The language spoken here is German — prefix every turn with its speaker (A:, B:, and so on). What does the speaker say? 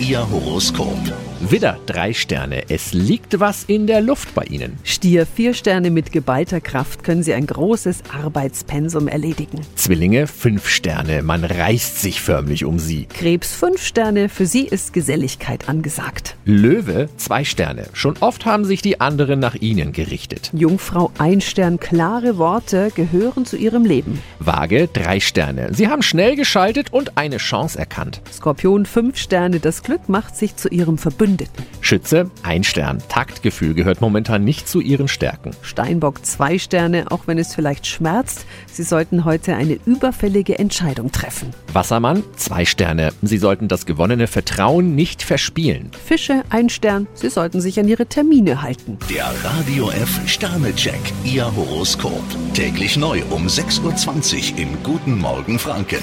A: Ihr Horoskop.
B: Widder, drei Sterne. Es liegt was in der Luft bei Ihnen.
C: Stier, vier Sterne mit geballter Kraft können Sie ein großes Arbeitspensum erledigen.
B: Zwillinge, fünf Sterne. Man reißt sich förmlich um Sie.
C: Krebs, fünf Sterne, für Sie ist Geselligkeit angesagt.
B: Löwe, zwei Sterne. Schon oft haben sich die anderen nach Ihnen gerichtet.
C: Jungfrau, ein Stern, klare Worte gehören zu Ihrem Leben.
B: Waage, drei Sterne. Sie haben schnell geschaltet und eine Chance erkannt.
C: Skorpion, fünf Sterne, das Glück macht sich zu Ihrem Verbündeten.
B: Schütze, ein Stern. Taktgefühl gehört momentan nicht zu Ihren Stärken.
C: Steinbock, zwei Sterne, auch wenn es vielleicht schmerzt, Sie sollten heute eine überfällige Entscheidung treffen.
B: Wassermann, zwei Sterne. Sie sollten das gewonnene Vertrauen nicht verspielen.
C: Fische, ein Stern, Sie sollten sich an Ihre Termine halten.
A: Der Radio F Sternecheck, Ihr Horoskop. Täglich neu um 6.20 Uhr im Guten Morgen Franken.